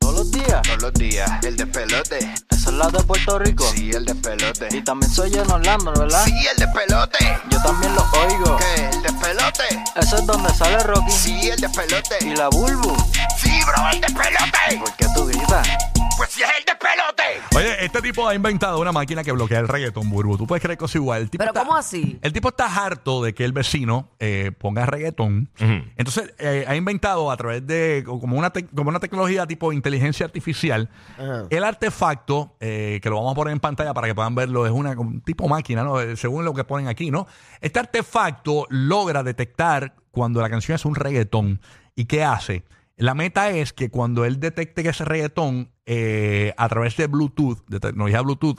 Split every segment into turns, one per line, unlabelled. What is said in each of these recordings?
Todos los días, todos los días, el despelote.
Esa es la de Puerto Rico.
Sí, el despelote.
Y también soy en Orlando, ¿verdad?
Sí, el despelote.
Yo también lo oigo.
¿Qué? El despelote.
Eso es donde sale Rocky.
Sí, el despelote.
Y la Bulbu.
Sí, bro, el despelote.
¿Por qué tú gritas?
Pues sí, es el despelote.
Oye, este tipo ha inventado una máquina que bloquea el reggaetón, Burbu. ¿Tú puedes creer que es igual? El tipo
¿Pero
está-
cómo así?
El tipo está harto de que el vecino eh, ponga reggaetón. Entonces, eh, ha inventado a través de como una, tec- como una tecnología tipo inteligencia artificial, el artefacto, eh, que lo vamos a poner en pantalla para que puedan verlo, es una un tipo máquina, ¿no? Eh, según lo que ponen aquí, ¿no? Este artefacto logra detectar cuando la canción es un reggaetón. ¿Y qué hace? La meta es que cuando él detecte que es reggaetón, eh, a través de Bluetooth, de tecnología Bluetooth,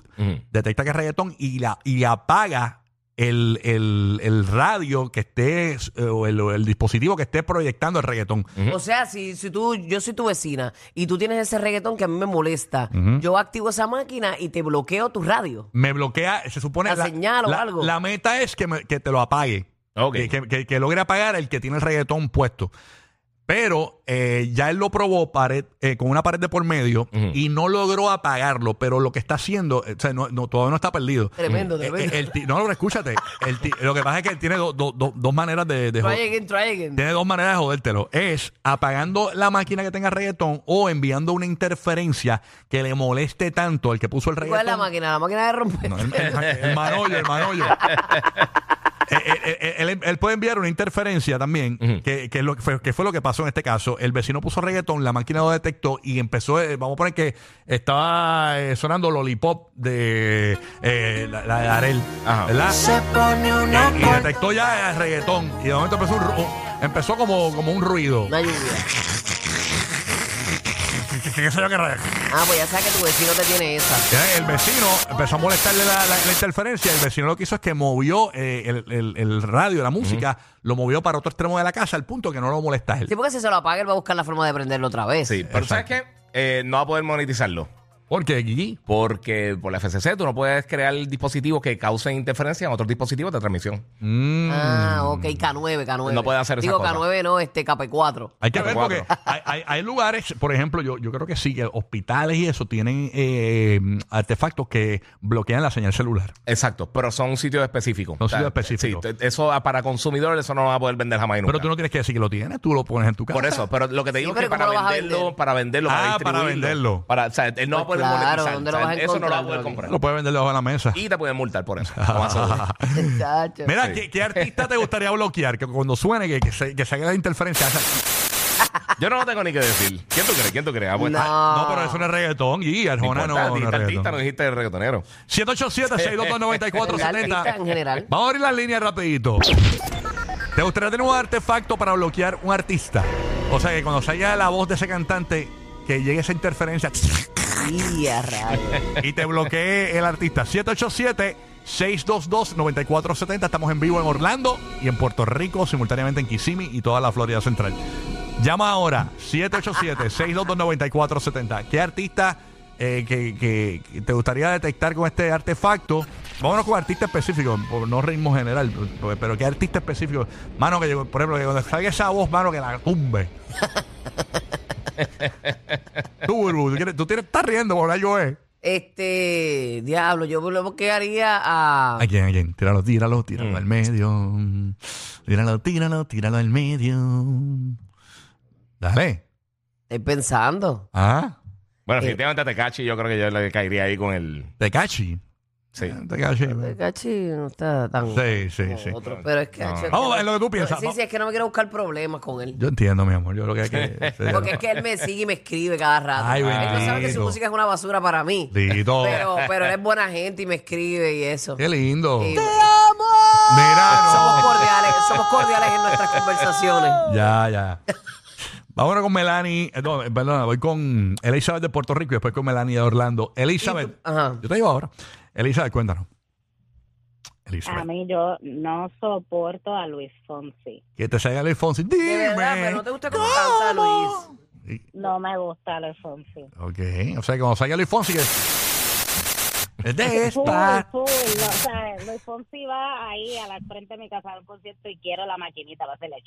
detecta que es reggaetón y, la, y apaga el, el- el radio que esté, eh, o el, o el dispositivo que esté proyectando el reggaetón.
O sea, si, si tú, yo soy tu vecina y tú tienes ese reggaetón que a mí me molesta, yo activo esa máquina y te bloqueo tu radio.
Me bloquea, se supone...
La señal o algo.
La meta es que, me- que te lo apague.
Ok.
Que, que- que- que logre apagar el que tiene el reggaetón puesto. Pero eh, ya él lo probó pared, eh, con una pared de por medio y no logró apagarlo. Pero lo que está haciendo, eh, o sea, no, no, todavía no está perdido.
Tremendo,
Eh,
tremendo.
eh, el ti- no, no, escúchate. El ti- lo que pasa es que él tiene do- do- do- dos maneras de, de
Try
jo-
again, try again.
Tiene dos maneras de jodértelo. Es apagando la máquina que tenga reggaetón o enviando una interferencia que le moleste tanto al que puso el reggaetón.
¿Cuál es la máquina? La máquina de romper.
No, el, el- el manollo, el manollo. Eh, eh, eh, él, él puede enviar una interferencia también, que, que es lo que fue, que fue lo que pasó en este caso. El vecino puso reggaetón, la máquina lo detectó y empezó, eh, vamos a poner que estaba eh, sonando lollipop de eh, la, la de Arel,
Ajá.
¿verdad? Eh,
Se pone una
Y, y detectó ya el reggaetón y de momento empezó, un ru- empezó como, como un ruido.
Una lluvia.
¿Qué sé yo qué re-
Ah, pues ya sabes que tu vecino te tiene esa.
Ya, El vecino empezó a molestarle la, la- la interferencia. El vecino lo que hizo es que movió eh, el, el- el radio, la música, lo movió para otro extremo de la casa, al punto que no lo molesta a él.
Sí, porque si se lo apaga, él va a buscar la forma de prenderlo otra vez.
Sí, pero ¿sabes qué? Eh, no va a poder monetizarlo.
Porque Gigi.
Porque por la FCC tú no puedes crear dispositivos que causen interferencia en otros dispositivos de transmisión.
mm,
Ah, ok, K9, K9.
No puede hacer esa
Digo,
cosa.
K9 no, este KP4.
hay que ver
Cuatro,
porque hay, hay- hay lugares, por ejemplo, yo, yo creo que sí, que hospitales y eso tienen eh, artefactos que bloquean la señal celular.
Exacto, pero son sitios específicos.
Son sitios específicos.
Sí, te- eso ah, para consumidores eso no lo va a poder vender jamás y nunca.
Pero tú no tienes que decir que lo tienes, tú lo pones en tu casa.
Por eso, pero lo que te digo es
pero
que para
¿cómo lo vas a
venderlo,
vender?
para venderlo,
Ah,
para
para
distribuirlo,
venderlo.
para- o sea, él no va a poder
Pues claro,
monetizar.
¿dónde
o
lo
sea,
vas a
eso no lo va a
encontrar,
poder
Rocky?
comprar.
Lo puedes vender debajo de la mesa.
Y te pueden multar por eso. lo más seguro.
Chacho.
Mira,
Sí.
¿qué, qué artista te gustaría bloquear? Que cuando suene, que, que se, que se haga la interferencia. O sea,
Yo no lo tengo ni que decir. ¿Quién tú crees? ¿Quién tú crees? Ah, bueno.
No.
No, pero eso no es reggaetón, y
No
Arjona no, no
importa,
es
dijiste artista, no
reggaetón.
dijiste reggaetonero.
787-622-9470.
En general.
Vamos a abrir las líneas rapidito. ¿Te gustaría tener un artefacto para bloquear un artista? O sea, que cuando salga la voz de ese cantante, que llegue esa interferencia
Y a rayos.
y te bloquee el artista. 787-622-9470. Estamos en vivo en Orlando y en Puerto Rico, simultáneamente en Kissimmee y toda la Florida Central. Llama ahora, 787-622-9470. ¿Qué artista eh, que, que- que te gustaría detectar con este artefacto? Vámonos con artista específico, por- no ritmo general, pero- pero ¿qué artista específico? Mano, que yo, por ejemplo, que cuando salga esa voz, mano, que la tumbe. tú, Burbu, tú, quieres- tú tienes- estás riendo, por hablar yo, eh.
Este, diablo, yo lo ah, bloquearía a...
¿A quién? ¿A quién? Ah, Tíralo, tíralo, tíralo
Mm.
al medio. Tíralo, tíralo, tíralo al medio. Dale.
Estoy pensando.
Ah,
Bueno, definitivamente te cachi, yo creo que yo le caería ahí con el.
Tecachi.
Sí.
Tecachi.
Cachi no está tan...
Sí, sí, sí.
como otro, pero es que...
No.
es que
Vamos,
no-
es lo que tú piensas.
Sí, sí, es que no me quiero buscar problemas con él.
Yo entiendo, mi amor. Yo creo que hay que.
Porque es que él me sigue y me escribe cada rato.
Ay,
él no sabe que su
bendito.
música es una basura para mí.
Tito.
Pero, pero él es buena gente y me escribe y eso.
Qué lindo.
Y-
Mira,
somos
no.
cordiales, somos cordiales en nuestras conversaciones.
Ya, ya. Vámonos con Melanie. eh, no, eh, perdona, voy con Elizabeth de Puerto Rico y después con Melanie de Orlando.
Y
Elizabeth.
tú- ajá.
Yo te digo ahora. Elizabeth, cuéntanos. Elizabeth.
A mí yo no soporto a Luis Fonsi.
Que te salga Luis Fonsi. Dime.
De verdad, pero no te gusta cómo canta Luis.
No me gusta Luis Fonsi.
Ok. O sea, que cuando salga Luis Fonsi, que. De
Full,
esta.
full, no, o sea, Luis Fonsi va ahí a la frente de mi casa a un concierto y quiero la maquinita, va a hacerle...